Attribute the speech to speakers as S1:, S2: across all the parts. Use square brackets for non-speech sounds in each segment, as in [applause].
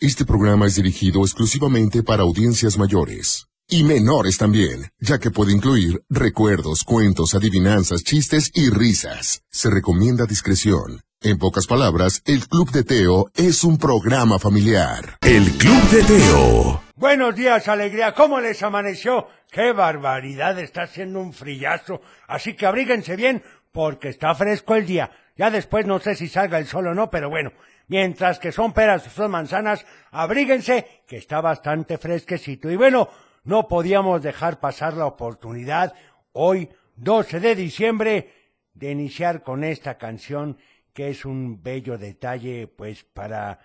S1: Este programa es dirigido exclusivamente para audiencias mayores. Y menores también, ya que puede incluir recuerdos, cuentos, adivinanzas, chistes y risas. Se recomienda discreción. En pocas palabras, el Club de Teo es un programa familiar.
S2: El Club de Teo.
S3: Buenos días, alegría. ¿Cómo les amaneció? ¡Qué barbaridad! Está haciendo un frillazo. Así que abríguense bien porque está fresco el día. Ya después no sé si salga el sol o no, pero bueno. Mientras que son peras o son manzanas, abríguense que está bastante fresquecito. Y bueno, no podíamos dejar pasar la oportunidad hoy, 12 de diciembre, de iniciar con esta canción que es un bello detalle pues para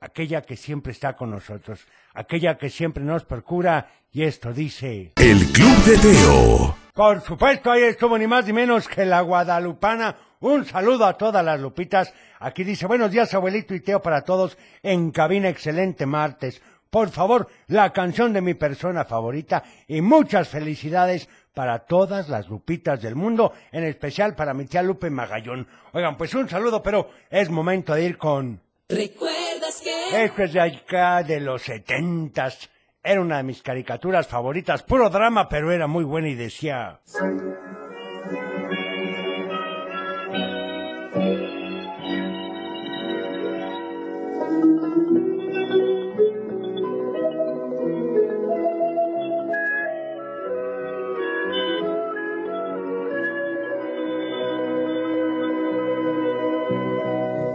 S3: aquella que siempre está con nosotros, aquella que siempre nos procura y esto dice...
S2: El Club de Teo.
S3: Por supuesto, ahí estuvo ni más ni menos que la guadalupana. Un saludo a todas las lupitas. Aquí dice, buenos días abuelito y Teo para todos en cabina, excelente martes. Por favor, la canción de mi persona favorita y muchas felicidades para todas las lupitas del mundo, en especial para mi tía Lupe Magallón. Oigan, pues un saludo, pero es momento de ir con...
S4: ¿Recuerdas que?
S3: Esto Este es de acá de los setentas. Era una de mis caricaturas favoritas, puro drama, pero era muy buena y decía...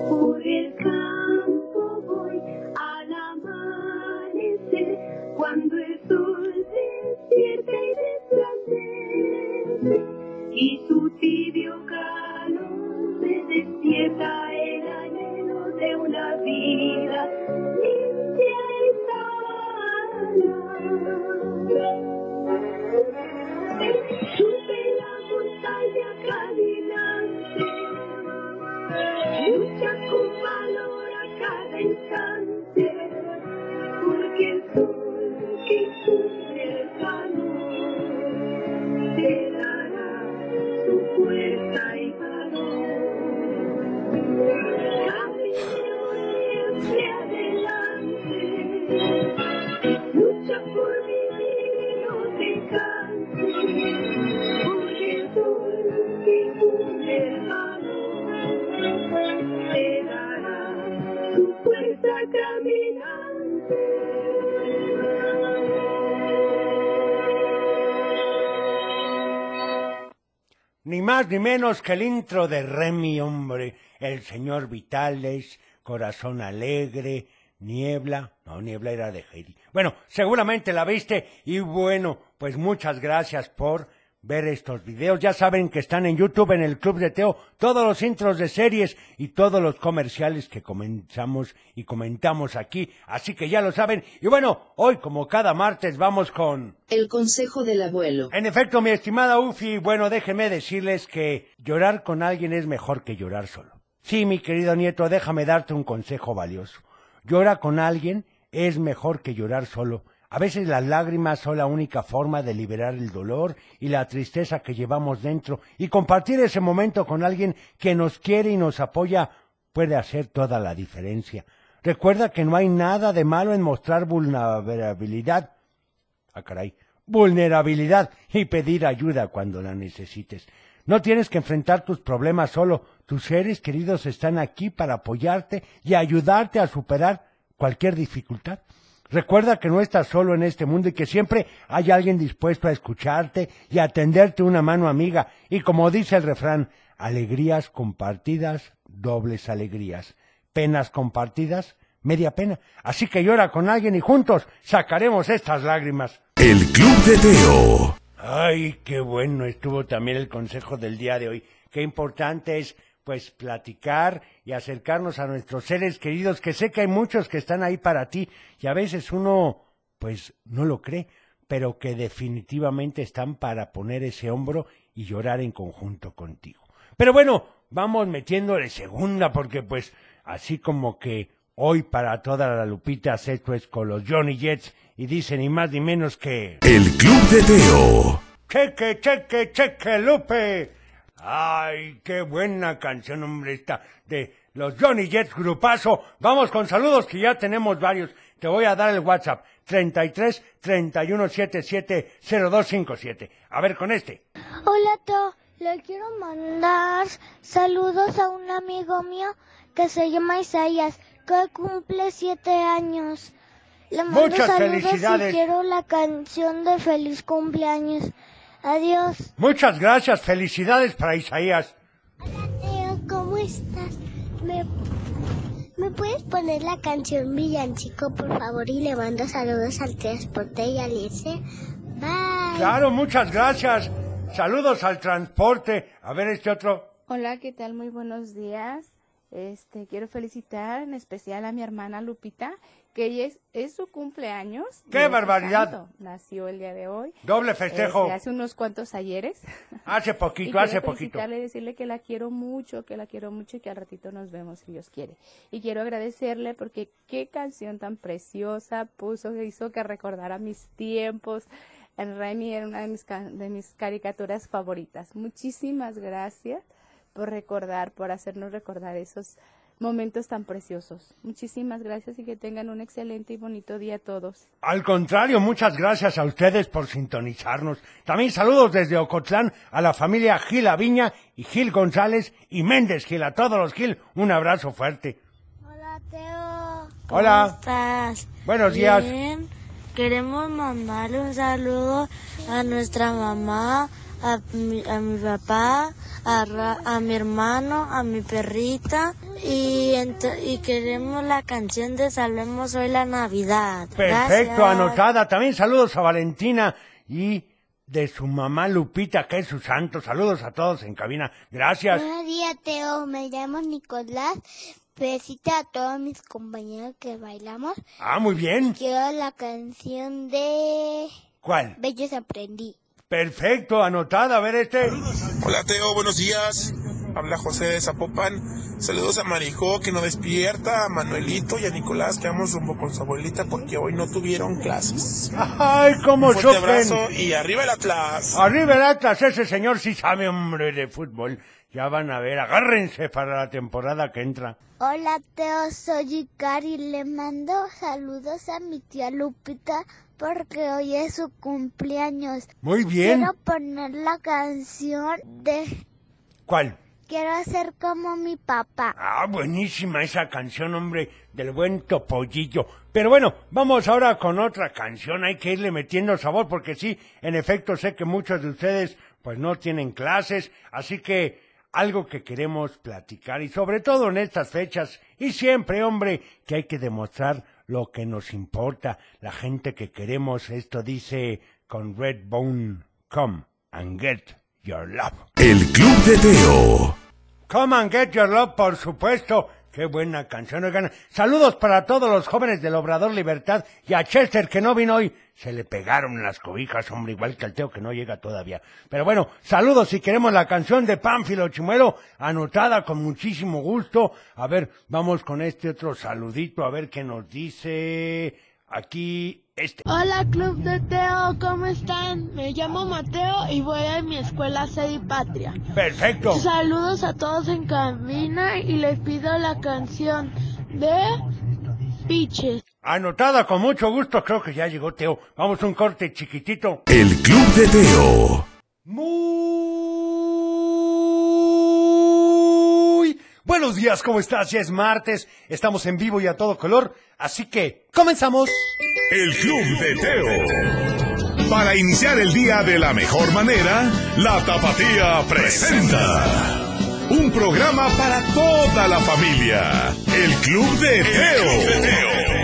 S5: Por el campo voy al amanecer, cuando el sol despierta y resplandece, y su tibio calor me despierta el anhelo de una vida limpia y sana. Sube la montaña caminante, lucha con valor a cada instante, porque el sol que cubre el calor te dará su fuerza y valor. Caminemos siempre adelante, lucha por vivir y no te canses, porque el sol que cubre el calor te dará tu fuerza caminante.
S3: Ni más ni menos que el intro de Remy, hombre. El señor Vitales, corazón alegre, niebla. No, niebla era de Heidi. Bueno, seguramente la viste. Y bueno, pues muchas gracias por ver estos videos. Ya saben que están en YouTube, en el Club de Teo, todos los intros de series y todos los comerciales que comenzamos y comentamos aquí. Así que ya lo saben. Y bueno, hoy como cada martes vamos con...
S4: El consejo del abuelo.
S3: En efecto, mi estimada Ufi, bueno, déjenme decirles que llorar con alguien es mejor que llorar solo. Sí, mi querido nieto, déjame darte un consejo valioso. Llora con alguien es mejor que llorar solo. A veces las lágrimas son la única forma de liberar el dolor y la tristeza que llevamos dentro y compartir ese momento con alguien que nos quiere y nos apoya puede hacer toda la diferencia. Recuerda que no hay nada de malo en mostrar vulnerabilidad ah, caray, vulnerabilidad y pedir ayuda cuando la necesites. No tienes que enfrentar tus problemas solo. Tus seres queridos están aquí para apoyarte y ayudarte a superar cualquier dificultad. Recuerda que no estás solo en este mundo y que siempre hay alguien dispuesto a escucharte y a tenderte una mano amiga. Y como dice el refrán, alegrías compartidas, dobles alegrías. Penas compartidas, media pena. Así que llora con alguien y juntos sacaremos estas lágrimas.
S2: El Club de Teo.
S3: Ay, qué bueno estuvo también el consejo del día de hoy. Qué importante es, pues, platicar y acercarnos a nuestros seres queridos, que sé que hay muchos que están ahí para ti y a veces uno, pues, no lo cree, pero que definitivamente están para poner ese hombro y llorar en conjunto contigo. Pero bueno, vamos metiéndole segunda porque, pues, así como que hoy para todas las lupitas esto es con los Johnny Jets y dicen ni más ni menos que...
S2: El Club de Teo.
S3: Cheque, cheque, cheque, Lupe. Ay, qué buena canción, hombre, esta de Los Johnny Jets Grupazo. Vamos con saludos que ya tenemos varios. Te voy a dar el WhatsApp. 33 31 77 0257. A ver con este.
S6: Hola, Teo. Le quiero mandar saludos a un amigo mío que se llama Isaías, que cumple siete años. Le mando
S3: Muchas
S6: saludos
S3: felicidades.
S6: y quiero la canción de feliz cumpleaños. Adiós.
S3: Muchas gracias. Felicidades para Isaías.
S6: Teo, ¿cómo estás? ¿Me, puedes poner la canción Villancico, por favor? Y le mando saludos al transporte y al irse. Bye.
S3: Claro, muchas gracias. Saludos al transporte. A ver este otro.
S7: Hola, ¿qué tal? Muy buenos días. Este, quiero felicitar en especial a mi hermana Lupita, que ella es, es su cumpleaños.
S3: ¡Qué
S7: Día de
S3: barbaridad!
S7: santo. Nació el día de hoy.
S3: Doble festejo.
S7: Este, hace unos cuantos ayeres.
S3: Hace
S7: Y
S3: poquito,
S7: quiero
S3: hace poquito.
S7: felicitarle y decirle que la quiero mucho, que la quiero mucho y que al ratito nos vemos si Dios quiere. Y quiero agradecerle porque qué canción tan preciosa puso, que hizo que recordara mis tiempos. El Remy era una de mis, ca- de mis caricaturas favoritas. Muchísimas gracias por recordar, por hacernos recordar esos momentos tan preciosos. Muchísimas gracias y que tengan un excelente y bonito día a todos.
S3: Al contrario, muchas gracias a ustedes por sintonizarnos. También saludos desde Ocotlán a la familia Gil Aviña y Gil González y Méndez Gil. A todos los Gil, un abrazo fuerte.
S6: Hola, Teo.
S3: ¿Cómo Hola.
S6: estás?
S3: Buenos días.
S6: Bien. Queremos mandarle un saludo a nuestra mamá, a mi, a mi papá, a, Ra- a mi hermano, a mi perrita y, ento- y queremos la canción de Salvemos hoy la Navidad.
S3: Perfecto,
S6: Gracias.
S3: anotada. También saludos a Valentina y de su mamá Lupita, que es su santo. Saludos a todos en cabina. Gracias.
S6: Buenos días, Teo. Me llamo Nicolás. Felicita a todos mis compañeros que bailamos.
S3: Ah, muy bien.
S6: Quiero la canción de
S3: ¿Cuál?
S6: Bellos Aprendí.
S3: Perfecto, anotada. A ver este.
S8: Hola Teo, buenos días. Habla José de Zapopan. Saludos a Marijó que no despierta, a Manuelito y a Nicolás que vamos rumbo con su abuelita porque hoy no tuvieron clases.
S3: Ay, cómo
S8: Un fuerte
S3: sufren.
S8: abrazo y arriba el Atlas.
S3: Arriba el Atlas, ese señor sí sabe, hombre, de fútbol. Ya van a ver, agárrense para la temporada que entra.
S6: Hola, Teo. Soy Ikari. Le mando saludos a mi tía Lupita porque hoy es su cumpleaños.
S3: Muy bien.
S6: Quiero poner la canción de
S3: ¿Cuál?
S6: Quiero hacer como mi papá.
S3: Ah, buenísima esa canción, hombre, del buen Topollillo. Pero bueno, vamos ahora con otra canción. Hay que irle metiendo sabor porque sí, en efecto sé que muchos de ustedes pues no tienen clases, así que algo que queremos platicar y sobre todo en estas fechas y siempre, hombre, que hay que demostrar lo que nos importa, la gente que queremos. Esto dice con Redbone, come and get your love.
S9: El Club de Teo.
S3: Come and get your love, por supuesto. Qué buena canción, oigan. Saludos para todos los jóvenes del Obrador Libertad y a Chester que no vino hoy. Se le pegaron las cobijas, hombre, igual que al Teo que no llega todavía. Pero bueno, saludos si queremos la canción de Pánfilo Chimuelo, anotada con muchísimo gusto. A ver, vamos con este otro saludito, a ver qué nos dice aquí este.
S10: Hola Club de Teo, ¿cómo están? Me llamo Mateo y voy a mi escuela Sede y Patria.
S3: Perfecto.
S10: Saludos a todos en cabina y les pido la canción de Piches.
S3: Anotada con mucho gusto, creo que ya llegó Teo. Vamos un corte chiquitito.
S9: El Club de Teo.
S3: Muy buenos días, ¿cómo estás? Ya es martes, estamos en vivo y a todo color, así que comenzamos.
S9: El Club de Teo. Para iniciar el día de la mejor manera, la Tapatía presenta un programa para toda la familia. El Club de Teo.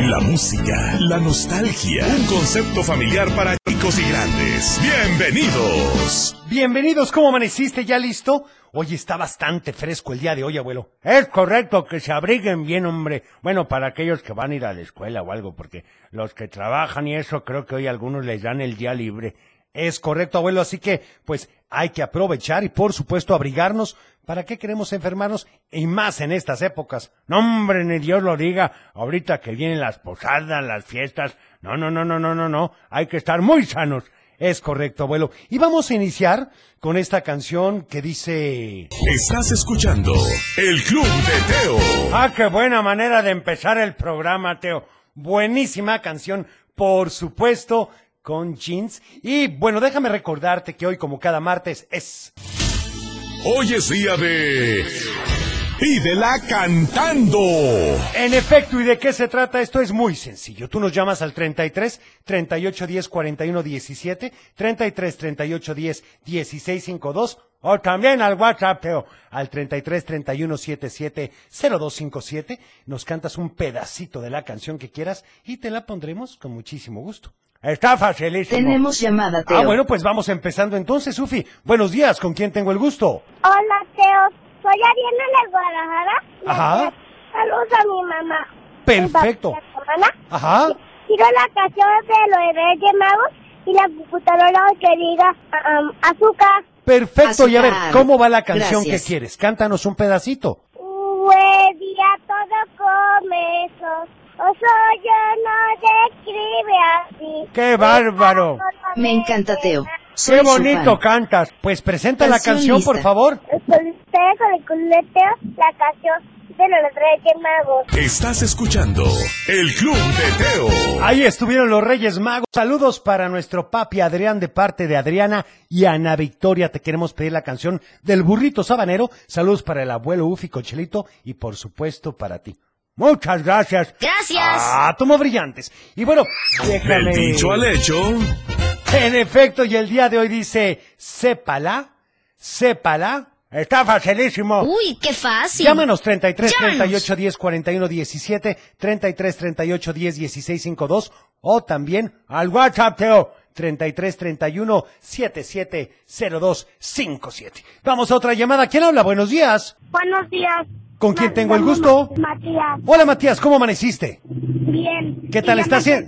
S9: La música, la nostalgia, un concepto familiar para chicos y grandes. Bienvenidos.
S3: Bienvenidos, ¿cómo amaneciste? ¿Ya listo? Hoy está bastante fresco el día de hoy, abuelo. Es correcto, que se abriguen bien, hombre. Bueno, para aquellos que van a ir a la escuela o algo, porque los que trabajan y eso, creo que hoy algunos les dan el día libre.
S11: Es correcto, abuelo, así que pues hay que aprovechar y por supuesto abrigarnos. ¿Para qué queremos enfermarnos? Y más en estas épocas.
S3: No, hombre, ni Dios lo diga. Ahorita que vienen las posadas, las fiestas. No, no, no, no, no, no, no. Hay que estar muy sanos. Es correcto, abuelo. Y vamos a iniciar con esta canción que dice...
S9: Estás escuchando El Club de Teo.
S3: Ah, qué buena manera de empezar el programa, Teo. Buenísima canción, por supuesto, con jeans. Y bueno, déjame recordarte que hoy, como cada martes, es...
S9: Hoy es día de... Pídela cantando.
S3: En efecto, ¿y de qué se trata? Esto es muy sencillo. Tú nos llamas al 33 38 10 41 17, 33 38 10 16 52 o también al WhatsApp Teo, al 33 31 77 0257. Nos cantas un pedacito de la canción que quieras y te la pondremos con muchísimo gusto. Está facilísimo.
S6: Tenemos llamada, Teo.
S3: Ah, bueno, pues vamos empezando entonces, Sufi. Buenos días, ¿con quién tengo el gusto?
S12: Hola, Teo. Soy Ariana de Guadalajara.
S3: Ajá.
S12: Saludos a mi mamá.
S3: Perfecto.
S12: Mi papá, mi hermana.
S3: Ajá.
S12: Quiero la canción de los bebés de magos y la computadora que diga um, azúcar.
S3: Perfecto, y a ver,
S6: Azúcar.
S3: ¿cómo va la canción
S6: Gracias.
S3: que quieres? Cántanos un pedacito.
S12: Buen día, todo comezo. O soy yo, no describe así.
S3: ¡Qué bárbaro!
S6: Me encanta, Teo. Soy
S3: ¡Qué
S6: su
S3: bonito
S6: fan.
S3: cantas! Pues presenta la
S6: Canción
S3: canción, por
S6: lista.
S3: favor.
S12: Con ustedes, con el culeteo, la canción de los reyes magos.
S9: Estás escuchando El Club de Teo.
S3: Ahí estuvieron los Reyes Magos. Saludos para nuestro papi Adrián de parte de Adriana y Ana Victoria. Te queremos pedir la canción del burrito sabanero. Saludos para el abuelo Ufi Cochelito y por supuesto para ti. Muchas gracias.
S13: Gracias.
S3: Ah, tomo brillantes. Y bueno, déjame.
S9: Del dicho al hecho.
S3: En efecto, y el día de hoy dice, sépala, sépala. Está facilísimo.
S13: Uy, qué fácil.
S3: Llámanos 33
S13: Llámanos.
S3: 38 10 41 17, 33 38 10 16 52 o también al WhatsApp Teo 33 31 77 02 57. Vamos a otra llamada. ¿Quién habla? Buenos días.
S12: Buenos días.
S3: ¿Con quién tengo el gusto?
S12: Matías.
S3: Hola Matías, ¿cómo amaneciste?
S12: Bien.
S3: ¿Qué tal estás?
S12: haciendo?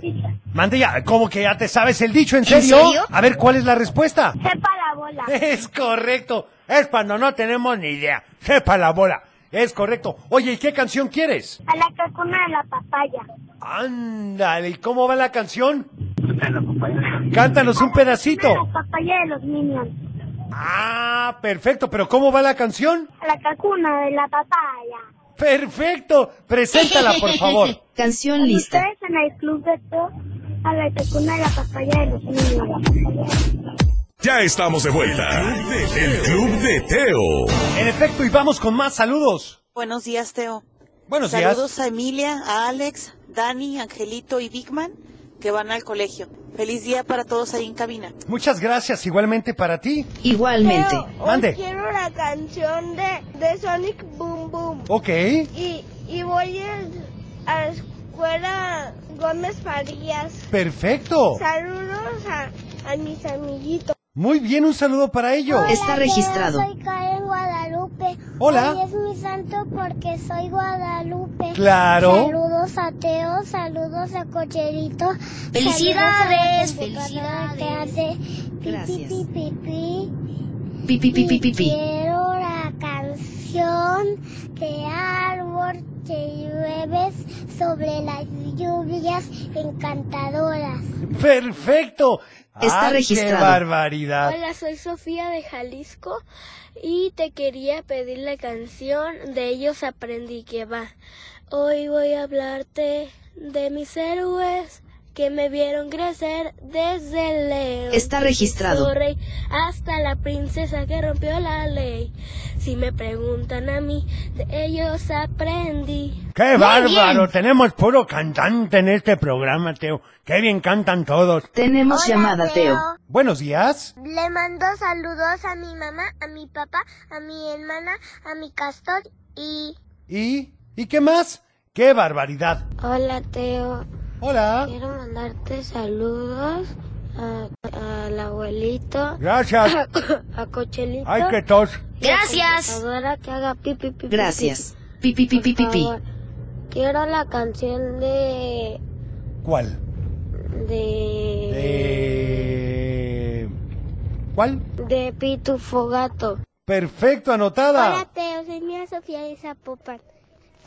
S3: Mande ya, ¿cómo que ya te sabes el dicho? ¿En
S13: ¿En
S3: serio?
S13: serio?
S3: A ver, ¿cuál es la respuesta?
S12: Sepa la bola.
S3: Es correcto. Es cuando no tenemos ni idea. Sepa la bola. Es correcto. Oye, ¿y qué canción quieres?
S12: A la cacuna de la papaya.
S3: Ándale, ¿y cómo va la canción? Cántanos un pedacito.
S12: La papaya de los Minions.
S3: Ah, perfecto, pero ¿cómo va la canción?
S12: A la cacuna de la papaya.
S3: Perfecto, preséntala por favor.
S6: Canción
S12: Con
S6: lista.
S12: ustedes en el club de todo. A la cacuna de la papaya de los Minions.
S9: Ya estamos de vuelta. El Club de Teo.
S3: En efecto, y vamos con más saludos.
S14: Buenos días, Teo.
S3: Buenos
S14: Saludos
S3: días.
S14: a Emilia, a Alex, Dani, Angelito y Bigman que van al colegio. Feliz día para todos ahí en cabina.
S3: Muchas gracias igualmente para ti.
S6: Igualmente.
S10: Hoy
S3: Mande.
S10: quiero la canción de, de Sonic Boom Boom.
S3: Ok.
S10: Y, y voy a- a la escuela Gómez Farías.
S3: Perfecto.
S10: Saludos a, a mis amiguitos.
S3: Muy bien, un saludo para ellos.
S6: Está registrado.
S10: Soy Karen Guadalupe.
S3: Hola.
S10: Hoy es mi santo porque soy Guadalupe.
S3: Claro.
S10: Saludos a Teo, saludos a Cocherito.
S13: Felicidades,
S6: Gracias.
S10: Gracias.
S6: Pi, pi, pi, pi, pi, pi.
S10: Quiero la canción de árbol que llueves sobre las lluvias encantadoras.
S3: Perfecto.
S6: Está
S3: Ay, Qué
S6: registrado.
S3: barbaridad.
S10: Hola, soy Sofía de Jalisco y te quería pedir la canción de ellos aprendí que va. Hoy voy a hablarte de mis héroes que me vieron crecer desde el león.
S6: Está registrado.
S10: su rey, hasta la princesa que rompió la ley. Si me preguntan a mí, de ellos aprendí.
S3: ¡Qué bárbaro!
S13: bien.
S3: Tenemos puro cantante en este programa, Teo. ¡Qué bien cantan todos!
S6: Tenemos llamada, Teo.
S3: Buenos días.
S10: Le mando saludos a mi mamá, a mi papá, a mi hermana, a mi castor y...
S3: ¿Y? ¿Y qué más? ¡Qué barbaridad!
S10: Hola Teo,
S3: Hola.
S10: quiero mandarte saludos al
S6: [coughs]
S10: abuelito,
S3: Gracias.
S6: [laughs]
S10: a Cochelito,
S3: Ay, qué tos.
S13: Gracias.
S10: ahora que haga pipi pipi.
S6: Gracias. Pi, pi, pi, pi, pi, pi.
S10: Quiero la canción de...
S3: ¿Cuál? De... Eh, ¿Cuál?
S10: De Pitufo Gato.
S3: Perfecto,
S10: Hola
S3: anotada.
S10: Teo, soy Mía Sofía de Zapopan.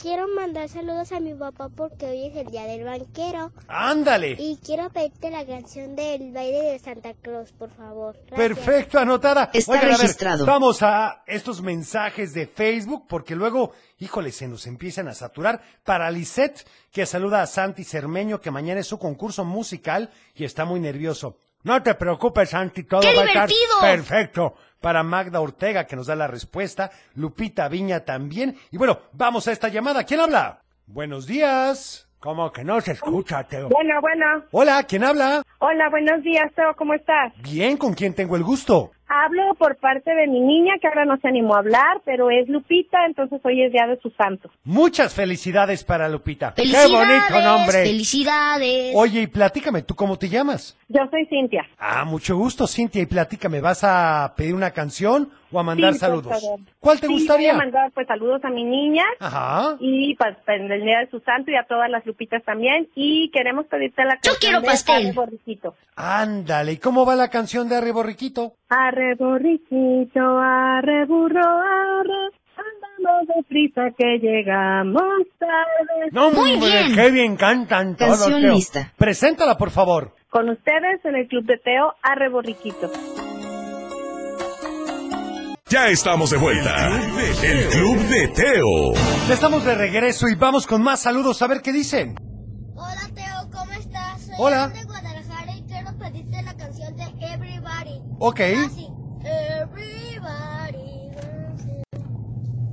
S6: Quiero mandar saludos a mi papá porque hoy es el día del banquero.
S3: ¡Ándale!
S6: Y quiero pedirte la canción del baile de Santa Claus, por favor. Gracias.
S3: Perfecto, anotada.
S6: Está
S3: Oigan, a ver,
S6: registrado.
S3: vamos a estos mensajes de Facebook porque luego, híjole, se nos empiezan a saturar. Para Lisette, que saluda a Santi Cermeño, que mañana es su concurso musical y está muy nervioso. No te preocupes, Santi, todo
S10: ¡Qué
S3: va a estar
S10: divertido!
S3: perfecto. Para Magda Ortega, que nos da la respuesta. Lupita Viña también. Y bueno, vamos a esta llamada. ¿Quién habla? Buenos días. ¿Cómo que no se escucha, Teo?
S4: Bueno, bueno.
S3: Hola, ¿quién habla?
S4: Hola, buenos días, Teo, ¿cómo estás?
S3: Bien, ¿con quién tengo el gusto?
S4: Hablo por parte de mi niña, que ahora no se animó a hablar, pero es Lupita, entonces hoy es día de su santo.
S3: Muchas felicidades para Lupita. ¡Qué
S4: ¡Felicidades!
S3: bonito nombre!
S4: ¡Felicidades!
S3: Oye, y platícame, ¿tú cómo te llamas?
S4: Yo soy Cintia.
S3: Ah, mucho gusto, Cintia. Y platícame, ¿vas a pedir una canción o a mandar
S4: Sí, por
S3: saludos?
S4: favor.
S3: ¿Cuál te
S4: Sí,
S3: gustaría?
S4: Voy a mandar pues saludos a mi niña.
S3: Ajá.
S4: Y pues en el día de su santo y a todas las Lupitas también. Y queremos pedirte la canción
S3: quiero
S4: de
S3: pastel.
S4: Arre Borriquito.
S3: Ándale, ¿y cómo va la canción de Arriba Riquito?
S4: Arre borriquito, arre burro, arre. Andamos deprisa que llegamos tarde.
S3: No, hombre, qué bien cantan todos,
S4: Canción
S3: Teo.
S4: lista.
S3: Preséntala, por favor.
S4: Con ustedes en el Club de Teo, arre borriquito.
S9: Ya estamos de vuelta. El Club de Teo.
S3: Ya estamos de regreso y vamos con más saludos a ver qué dicen.
S6: ¿Cómo estás? Soy
S3: Hola.
S6: Iván de Guadalajara y quiero pedirte la canción de Everybody.
S3: Ok.
S6: Así. Everybody.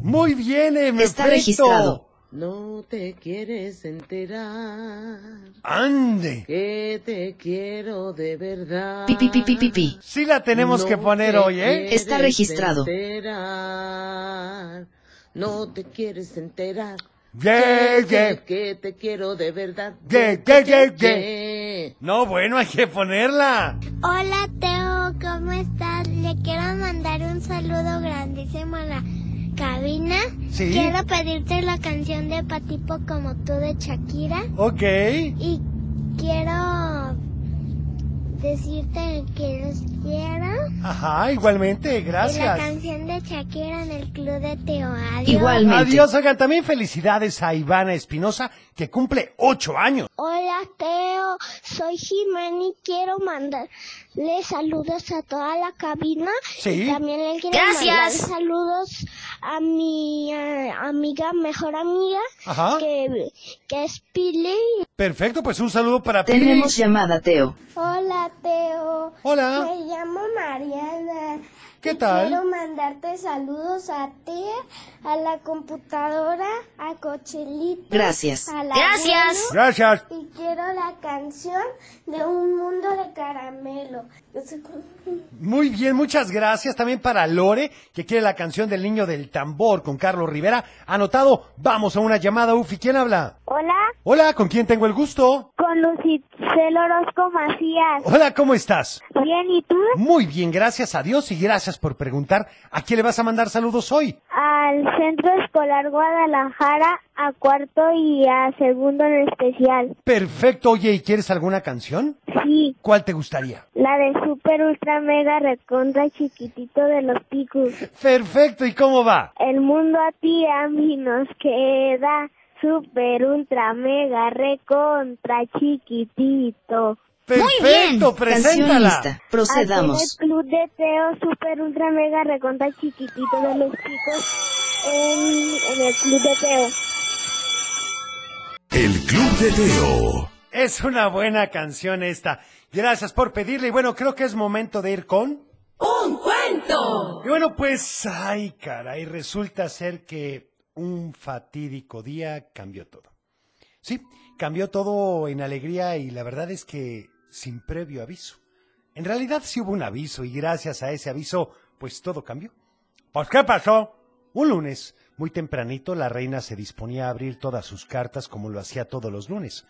S3: Muy bien, eh, me
S14: Está
S3: presto.
S14: registrado. No te quieres enterar
S3: Ande.
S14: que te quiero de verdad.
S12: Pi, pi, pi, pi, pi, pi.
S3: Sí la tenemos
S14: No
S3: que poner
S14: te
S3: hoy, ¿eh?
S14: quieres
S12: Está registrado.
S14: enterar, No te quieres enterar.
S3: Yeah,
S14: que, que-
S3: yeah.
S14: que te quiero de verdad.
S3: Que, que, que, que. No, bueno, hay que ponerla.
S6: Hola Teo, ¿cómo estás? Le quiero mandar un saludo grandísimo a la cabina.
S3: Sí.
S6: Quiero pedirte la canción de Patipo como tú de Shakira.
S3: Ok.
S6: Y quiero decirte que los quiero.
S3: Ajá, igualmente,
S6: Y la
S3: gracias.
S6: canción de Shakira en el club de Teo. Adiós.
S3: Adiós, oigan, también felicidades a Ivana Espinosa, que cumple ocho años.
S6: Hola Teo, soy Jimena y quiero mandarle saludos a toda la cabina.
S3: Sí.
S6: Y también le quiero
S10: Gracias.
S6: mandar saludos a mi eh, amiga, mejor amiga,
S3: Ajá.
S6: que, que es Pili.
S3: Perfecto, pues un saludo para Pili.
S12: Tenemos llamada, Teo.
S6: Hola Teo.
S3: Hola.
S6: Me llamo Mariana.
S3: ¿Qué
S6: Y
S3: tal?
S6: Quiero mandarte saludos a ti, a la computadora, a Cochelito.
S12: Gracias.
S6: al
S10: Gracias.
S6: abuelo,
S3: Gracias.
S6: Y quiero la canción de Un Mundo de Caramelo. Yo sé cómo-
S3: Muy bien, muchas gracias también para Lore, que quiere la canción del niño del tambor con Carlos Rivera. Anotado, vamos a una llamada, Ufi. ¿Quién habla?
S6: Hola,
S3: Hola, ¿con quién tengo el gusto?
S6: con Lucicel Orozco Macías.
S3: Hola, ¿cómo estás?
S6: Bien, ¿y tú?
S3: Muy bien, gracias a Dios y gracias por preguntar. ¿A quién le vas a mandar saludos hoy?
S6: Al Centro Escolar Guadalajara, a cuarto y a segundo en especial.
S3: Perfecto, oye, ¿y quieres alguna canción?
S6: Sí,
S3: ¿Cuál te gustaría?
S6: la de Super Ultra Mega Recontra Chiquitito de los Picus.
S3: Perfecto, ¿y cómo va?
S6: El mundo a ti, a mí nos queda. Super Ultra Mega Recontra Chiquitito.
S3: Perfecto,
S12: Canción
S3: preséntala.
S12: lista. Procedamos.
S6: Aquí en el club de Teo Super Ultra Mega Recontra Chiquitito de los chicos en, en el club de Teo.
S9: El Club de Teo.
S3: Es una buena canción esta. Gracias por pedirle y bueno, creo que es momento de ir con...
S10: ¡Un cuento!
S3: Y bueno, pues, ay, caray, resulta ser que un fatídico día cambió todo. Sí, cambió todo en alegría y la verdad es que sin previo aviso. En realidad sí hubo un aviso y gracias a ese aviso, pues todo cambió. Pues, ¿qué pasó? Un lunes, muy tempranito, la reina se disponía a abrir todas sus cartas como lo hacía todos los lunes.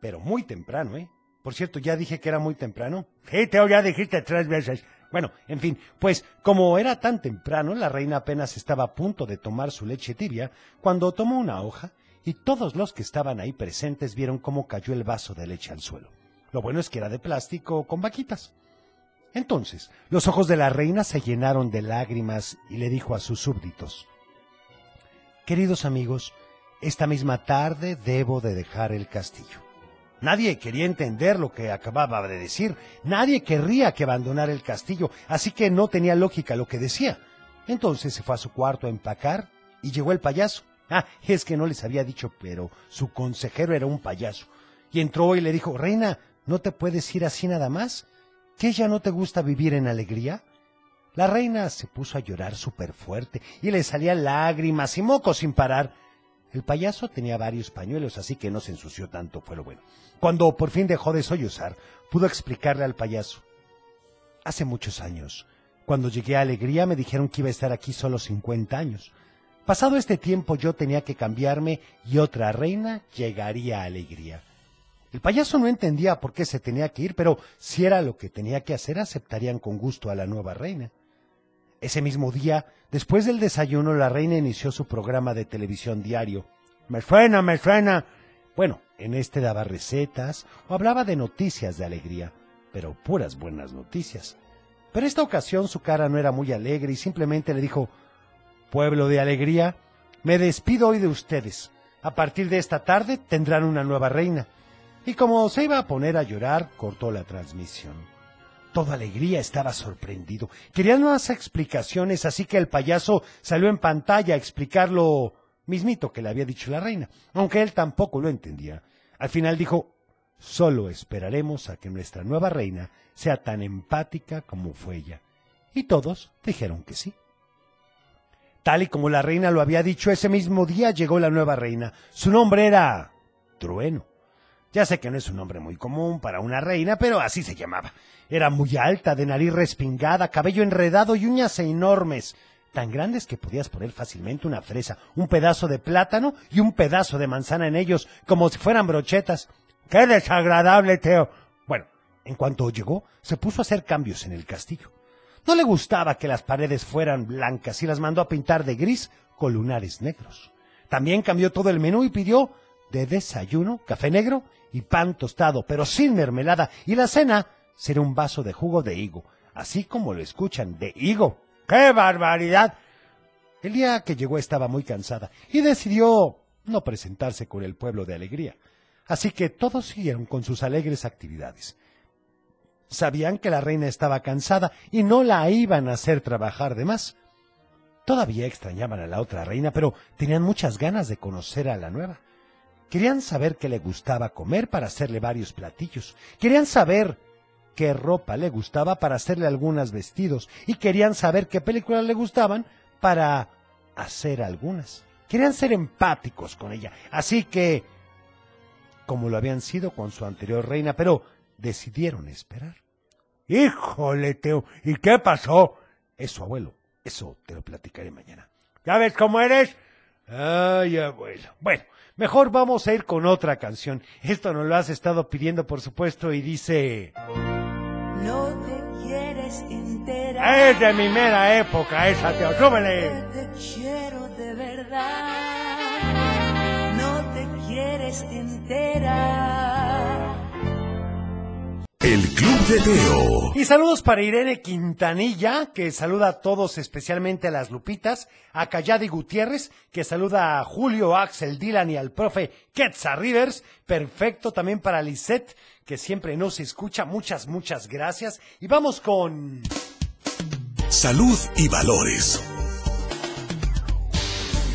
S3: Pero muy temprano, ¿eh? Por cierto, ya dije que era muy temprano. Sí, Teo, ya dijiste tres veces. Bueno, en fin, pues como era tan temprano, la reina apenas estaba a punto de tomar su leche tibia cuando tomó una hoja y todos los que estaban ahí presentes vieron cómo cayó el vaso de leche al suelo. Lo bueno es que era de plástico con vaquitas. Entonces, los ojos de la reina se llenaron de lágrimas y le dijo a sus súbditos, Queridos amigos, esta misma tarde debo de dejar el castillo. Nadie quería entender lo que acababa de decir, nadie querría que abandonara el castillo, así que no tenía lógica lo que decía. Entonces se fue a su cuarto a empacar y llegó el payaso. Ah, es que no les había dicho, pero su consejero era un payaso. Y entró y le dijo, Reina, ¿no te puedes ir así nada más? ¿Que ya no te gusta vivir en alegría? La reina se puso a llorar súper fuerte y le salían lágrimas y mocos sin parar. El payaso tenía varios pañuelos, así que no se ensució tanto, fue lo bueno. Cuando por fin dejó de sollozar, pudo explicarle al payaso. Hace muchos años, cuando llegué a Alegría, me dijeron que iba a estar aquí solo 50 años. Pasado este tiempo yo tenía que cambiarme y otra reina llegaría a Alegría. El payaso no entendía por qué se tenía que ir, pero si era lo que tenía que hacer, aceptarían con gusto a la nueva reina. Ese mismo día, después del desayuno, la reina inició su programa de televisión diario. Me suena, me suena. Bueno, en este daba recetas o hablaba de noticias de alegría, pero puras buenas noticias. Pero esta ocasión su cara no era muy alegre y simplemente le dijo, Pueblo de Alegría, me despido hoy de ustedes. A partir de esta tarde tendrán una nueva reina. Y como se iba a poner a llorar, cortó la transmisión. Toda alegría estaba sorprendido. Querían más explicaciones, así que el payaso salió en pantalla a explicar lo mismito que le había dicho la reina, aunque él tampoco lo entendía. Al final dijo, Solo esperaremos a que nuestra nueva reina sea tan empática como fue ella. Y todos dijeron que sí. Tal y como la reina lo había dicho, ese mismo día llegó la nueva reina. Su nombre era Trueno. Ya sé que no es un nombre muy común para una reina, pero así se llamaba. Era muy alta, de nariz respingada, cabello enredado y uñas enormes, tan grandes que podías poner fácilmente una fresa, un pedazo de plátano y un pedazo de manzana en ellos, como si fueran brochetas. ¡Qué desagradable, Teo! Bueno, en cuanto llegó, se puso a hacer cambios en el castillo. No le gustaba que las paredes fueran blancas y las mandó a pintar de gris con lunares negros. También cambió todo el menú y pidió de desayuno café negro y pan tostado, pero sin mermelada, y la cena será un vaso de jugo de higo, así como lo escuchan, de higo. ¡Qué barbaridad! El día que llegó estaba muy cansada y decidió no presentarse con el pueblo de alegría así que todos siguieron con sus alegres actividades. Sabían que la reina estaba cansada y no la iban a hacer trabajar de más. Todavía extrañaban a la otra reina, pero tenían muchas ganas de conocer a la nueva. Querían saber qué le gustaba comer para hacerle varios platillos. Querían saber qué ropa le gustaba para hacerle algunos vestidos. Y querían saber qué películas le gustaban para hacer algunas. Querían ser empáticos con ella. Así que como lo habían sido con su anterior reina, pero decidieron esperar. Híjole, Teo, ¿y qué pasó? Eso, abuelo, eso te lo platicaré mañana. ¿Ya ves cómo eres? Ay, abuelo. Bueno, mejor vamos a ir con otra canción. Esto nos lo has estado pidiendo, por supuesto, y dice...
S5: No te quieres enterar.
S3: Es de mi mera época esa, Teo. ¡Súbele!
S5: Te quiero de verdad. No te quieres enterar.
S9: El Club de Teo.
S3: Y saludos para Irene Quintanilla, que saluda a todos, especialmente a las Lupitas, a Calladi Gutiérrez, que saluda a Julio, Axel, Dylan y al profe Quetzal Rivers. Perfecto también para Lisette, que siempre nos escucha. Muchas, muchas gracias. Y vamos con...
S9: Salud y valores.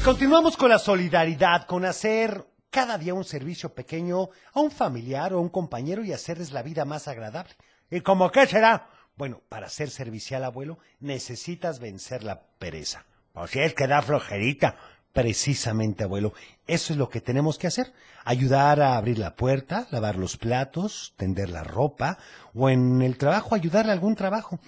S3: Continuamos con la solidaridad, con hacer cada día un servicio pequeño a un familiar o a un compañero y hacerles la vida más agradable. ¿Y como qué será? Bueno, para ser servicial, abuelo, necesitas vencer la pereza. O si es que da flojerita. Precisamente, abuelo, eso es lo que tenemos que hacer. Ayudar a abrir la puerta, lavar los platos, tender la ropa o en el trabajo ayudarle a algún trabajo.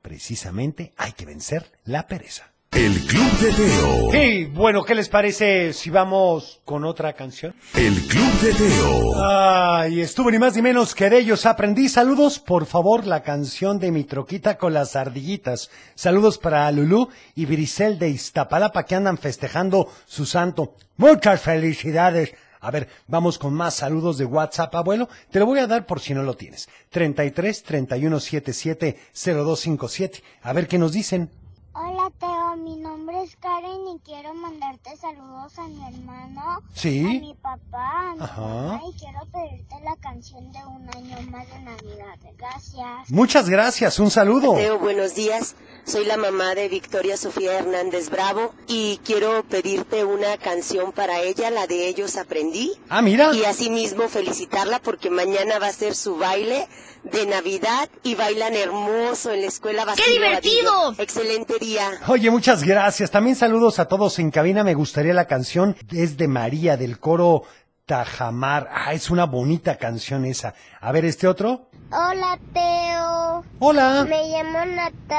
S3: Precisamente hay que vencer la pereza.
S9: El Club de Teo.
S3: Sí, bueno, ¿qué les parece si vamos con otra canción?
S9: El Club de Teo.
S3: Ay, estuve ni más ni menos que de ellos. Aprendí. Saludos, por favor, la canción de mi troquita con las ardillitas. Saludos para Lulú y Brisel de Iztapalapa que andan festejando su santo. Muchas felicidades. A ver, vamos con más saludos de WhatsApp, abuelo. Te lo voy a dar por si no lo tienes. 33 31 77 0257. A ver qué nos dicen.
S6: Hola Teo, mi nombre es Karen y quiero mandarte saludos a mi hermano,
S3: Sí.
S6: a mi papá, a mi
S3: Ajá.
S6: mamá y quiero pedirte la canción de un año más de Navidad. Gracias.
S3: Muchas gracias, un saludo.
S14: Mateo, buenos días. Soy la mamá de Victoria Sofía Hernández Bravo y quiero pedirte una canción para ella, la de Ellos Aprendí.
S3: Ah, mira.
S14: Y asimismo felicitarla porque mañana va a ser su baile de Navidad y bailan hermoso en la escuela. Basilio
S3: ¡Qué divertido!
S14: Vadillo. Excelente día.
S3: Oye, muchas gracias. También saludos a todos en cabina. Me gustaría la canción es de María del coro Tajamar. Ah, es una bonita canción esa. A ver este otro.
S6: Hola, Teo.
S3: Hola.
S6: Me llamo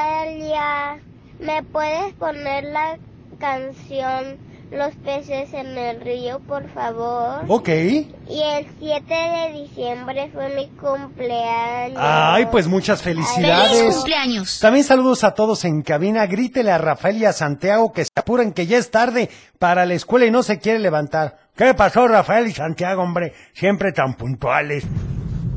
S6: Natalia. ¿Me puedes poner la canción Los peces en el río, por favor?
S3: Ok.
S6: Y el 7 de diciembre fue mi cumpleaños.
S3: Ay, pues muchas felicidades.
S6: ¡Feliz cumpleaños!
S3: También saludos a todos en cabina. Grítele a Rafael y a Santiago que se apuren que ya es tarde para la escuela y no se quiere levantar. ¿Qué pasó, Rafael y Santiago, hombre? Siempre tan puntuales.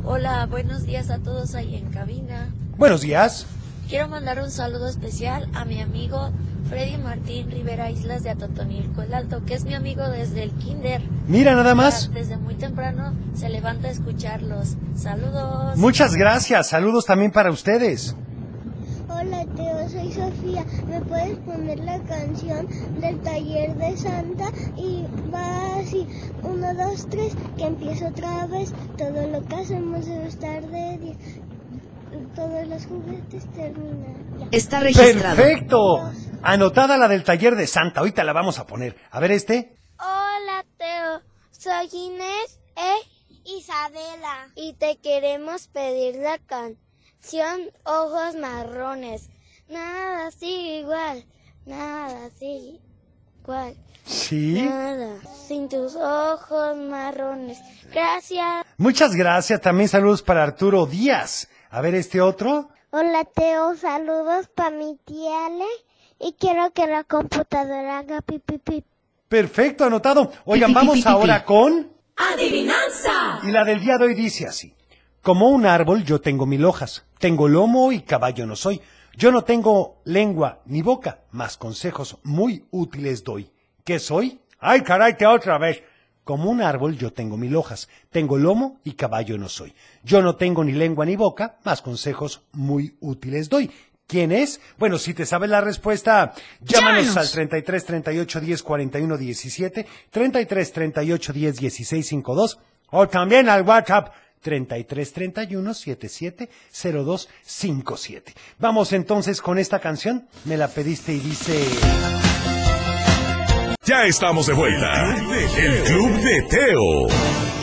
S15: Hola, buenos días a todos ahí en cabina.
S3: Buenos días.
S15: Quiero mandar un saludo especial a mi amigo Freddy Martín Rivera Islas de Atotonilco el Alto, que es mi amigo desde el kinder.
S3: Mira nada más.
S15: Desde muy temprano se levanta a escucharlos. Saludos.
S3: Muchas gracias. Saludos también para ustedes.
S6: Hola, Teo, soy Sofía. ¿Me puedes poner la canción del taller de Santa? Y va así, uno, dos, tres, que empieza otra vez. Todo lo que hacemos debe estar de diez. Todos los juguetes terminan. ya.
S16: Está
S3: Perfecto. Anotada la del taller de Santa. Ahorita la vamos a poner. A ver este.
S6: Hola, Teo. Soy Inés e Isabela. Y te queremos pedir la canción Ojos Marrones. Nada sigue igual, nada sigue igual.
S3: Sí.
S6: Nada sin tus ojos marrones. Gracias.
S3: Muchas gracias. También saludos para Arturo Díaz. A ver este otro.
S6: Hola, Teo. Saludos para mi tía Ale. Y quiero que la computadora haga pipi pipi.
S3: Perfecto, anotado. Oigan, vamos ahora con...
S5: ¡Adivinanza!
S3: Y la del día de hoy dice así. Como un árbol yo tengo mil hojas, tengo lomo y caballo no soy. Yo no tengo lengua ni boca, mas consejos muy útiles doy. ¿Qué soy? ¡Ay, caray, te otra vez! Como un árbol yo tengo mil hojas, tengo lomo y caballo no soy. Yo no tengo ni lengua ni boca, mas consejos muy útiles doy. ¿Quién es? Bueno, si te sabes la respuesta, llámanos,
S17: Llámanos.
S3: al 33 38 10 41 17, 33 38 10 16 52 o también al WhatsApp 33 31 77 02 57. Vamos entonces con esta canción. Me la pediste y dice
S9: Ya estamos de vuelta. El Club de Teo.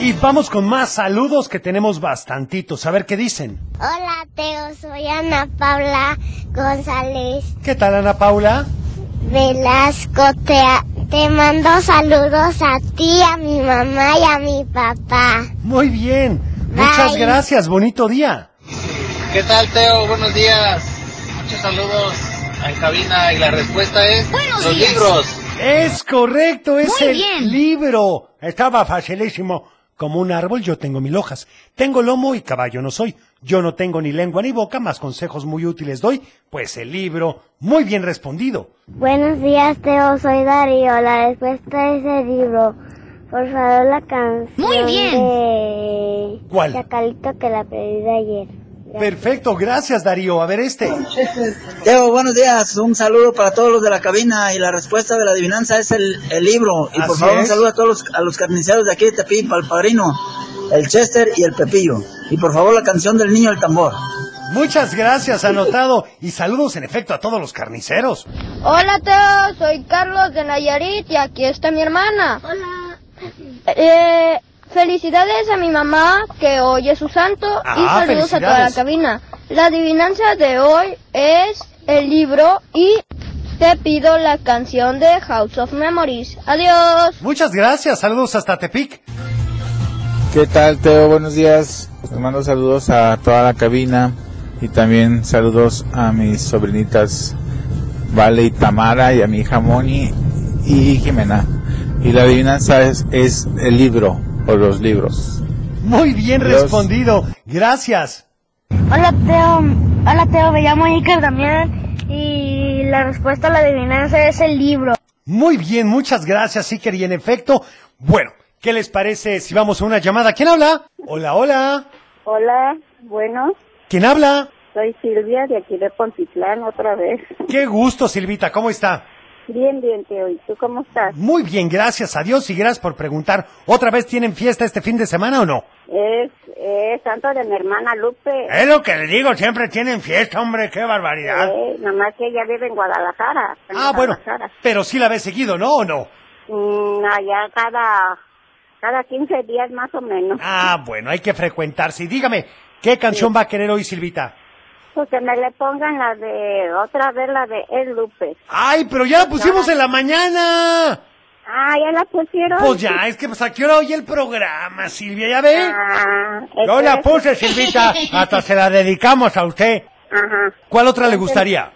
S3: y vamos con más saludos que tenemos bastantitos. A ver qué dicen.
S6: Hola, Teo. Soy Ana Paula González.
S3: ¿Qué tal Ana Paula?
S6: Velasco, te, te mando saludos a ti, a mi mamá y a mi papá.
S3: Muy bien. Muchas
S6: Bye.
S3: gracias. Bonito día.
S18: ¿Qué tal, Teo? Buenos días. Muchos saludos a cabina y la respuesta es los
S3: días.
S18: libros.
S3: Es correcto, es
S18: Muy
S3: el
S18: bien.
S3: libro. Estaba facilísimo. Como un árbol yo tengo mil hojas. Tengo lomo y caballo no soy. Yo no tengo ni lengua ni boca, más consejos muy útiles doy. Pues el libro. Muy bien respondido.
S6: Buenos días, Teo. Soy Darío. La respuesta es el libro. Por favor, la canción
S3: Muy bien.
S6: de
S3: ¿Cuál?
S6: Chacalito que la pedí de ayer.
S3: Perfecto, gracias Darío. A ver este.
S13: Teo, buenos días. Un saludo para todos los de la cabina. Y la respuesta de la adivinanza es el, el libro. Y por
S3: Así
S13: favor, un
S3: es.
S13: saludo a todos los, a los carniceros de aquí de Tepín, para el padrino, el Chester y el Pepillo. Y por favor, la canción del niño el tambor.
S3: Muchas gracias, anotado. Y saludos en efecto a todos los carniceros.
S19: Hola Teo, soy Carlos de Nayarit y aquí está mi hermana. Hola. felicidades a mi mamá que hoy es su santo y
S20: Ah,
S19: saludos a toda la
S20: felicidades.
S19: cabina. La adivinanza de hoy es el libro y te pido la canción de House of Memories. Adiós.
S3: Muchas gracias, saludos hasta Tepic.
S8: ¿Qué tal, Teo? Buenos días. Les mando saludos a toda la cabina y también saludos a mis sobrinitas Vale y Tamara y a mi hija Moni y Jimena. Y la adivinanza es, es el libro o los libros.
S3: Muy bien
S8: Adiós.
S3: respondido. Gracias.
S20: Hola Teo, hola Teo, me llamo Iker Damián y
S21: la respuesta a la adivinanza es el libro.
S3: Muy bien, muchas gracias, Iker. Y en efecto, bueno, ¿qué les parece si vamos a una llamada? ¿Quién habla? Hola, hola.
S22: Hola, bueno,
S3: ¿Quién habla?
S22: soy Silvia de aquí de Pontitlán otra vez.
S3: Qué gusto, Silvita, ¿cómo está?
S22: Bien, bien, Teo. ¿Y tú cómo estás?
S3: Muy bien, gracias a Dios y gracias por preguntar. ¿Otra vez tienen fiesta este fin de semana o no?
S22: Es, es santo de mi hermana Lupe.
S3: Es lo que le digo, siempre tienen fiesta, hombre, qué barbaridad.
S22: Eh, nomás que ella vive en Guadalajara. en
S3: Ah, bueno,
S22: Guadalajara.
S3: pero sí la ves seguido, ¿no o no?
S22: Mm, allá cada, cada 15 días más o menos.
S3: Ah, bueno, hay que frecuentarse. Y dígame, ¿qué canción va a querer hoy, Silvita?
S22: Pues que me le pongan la de, otra vez la de El Lupe.
S3: ¡Ay, pero ya la
S22: Pues
S3: pusimos en la mañana!
S22: Ah, ya la pusieron.
S3: Pues ya, es que pues a qué hora oye el programa, Silvia, ya ve.
S22: Ah,
S3: Yo
S22: es
S3: la
S22: que- [laughs]
S3: puse, Silvita, hasta se la dedicamos a usted.
S22: Ajá.
S3: ¿Cuál otra le gustaría?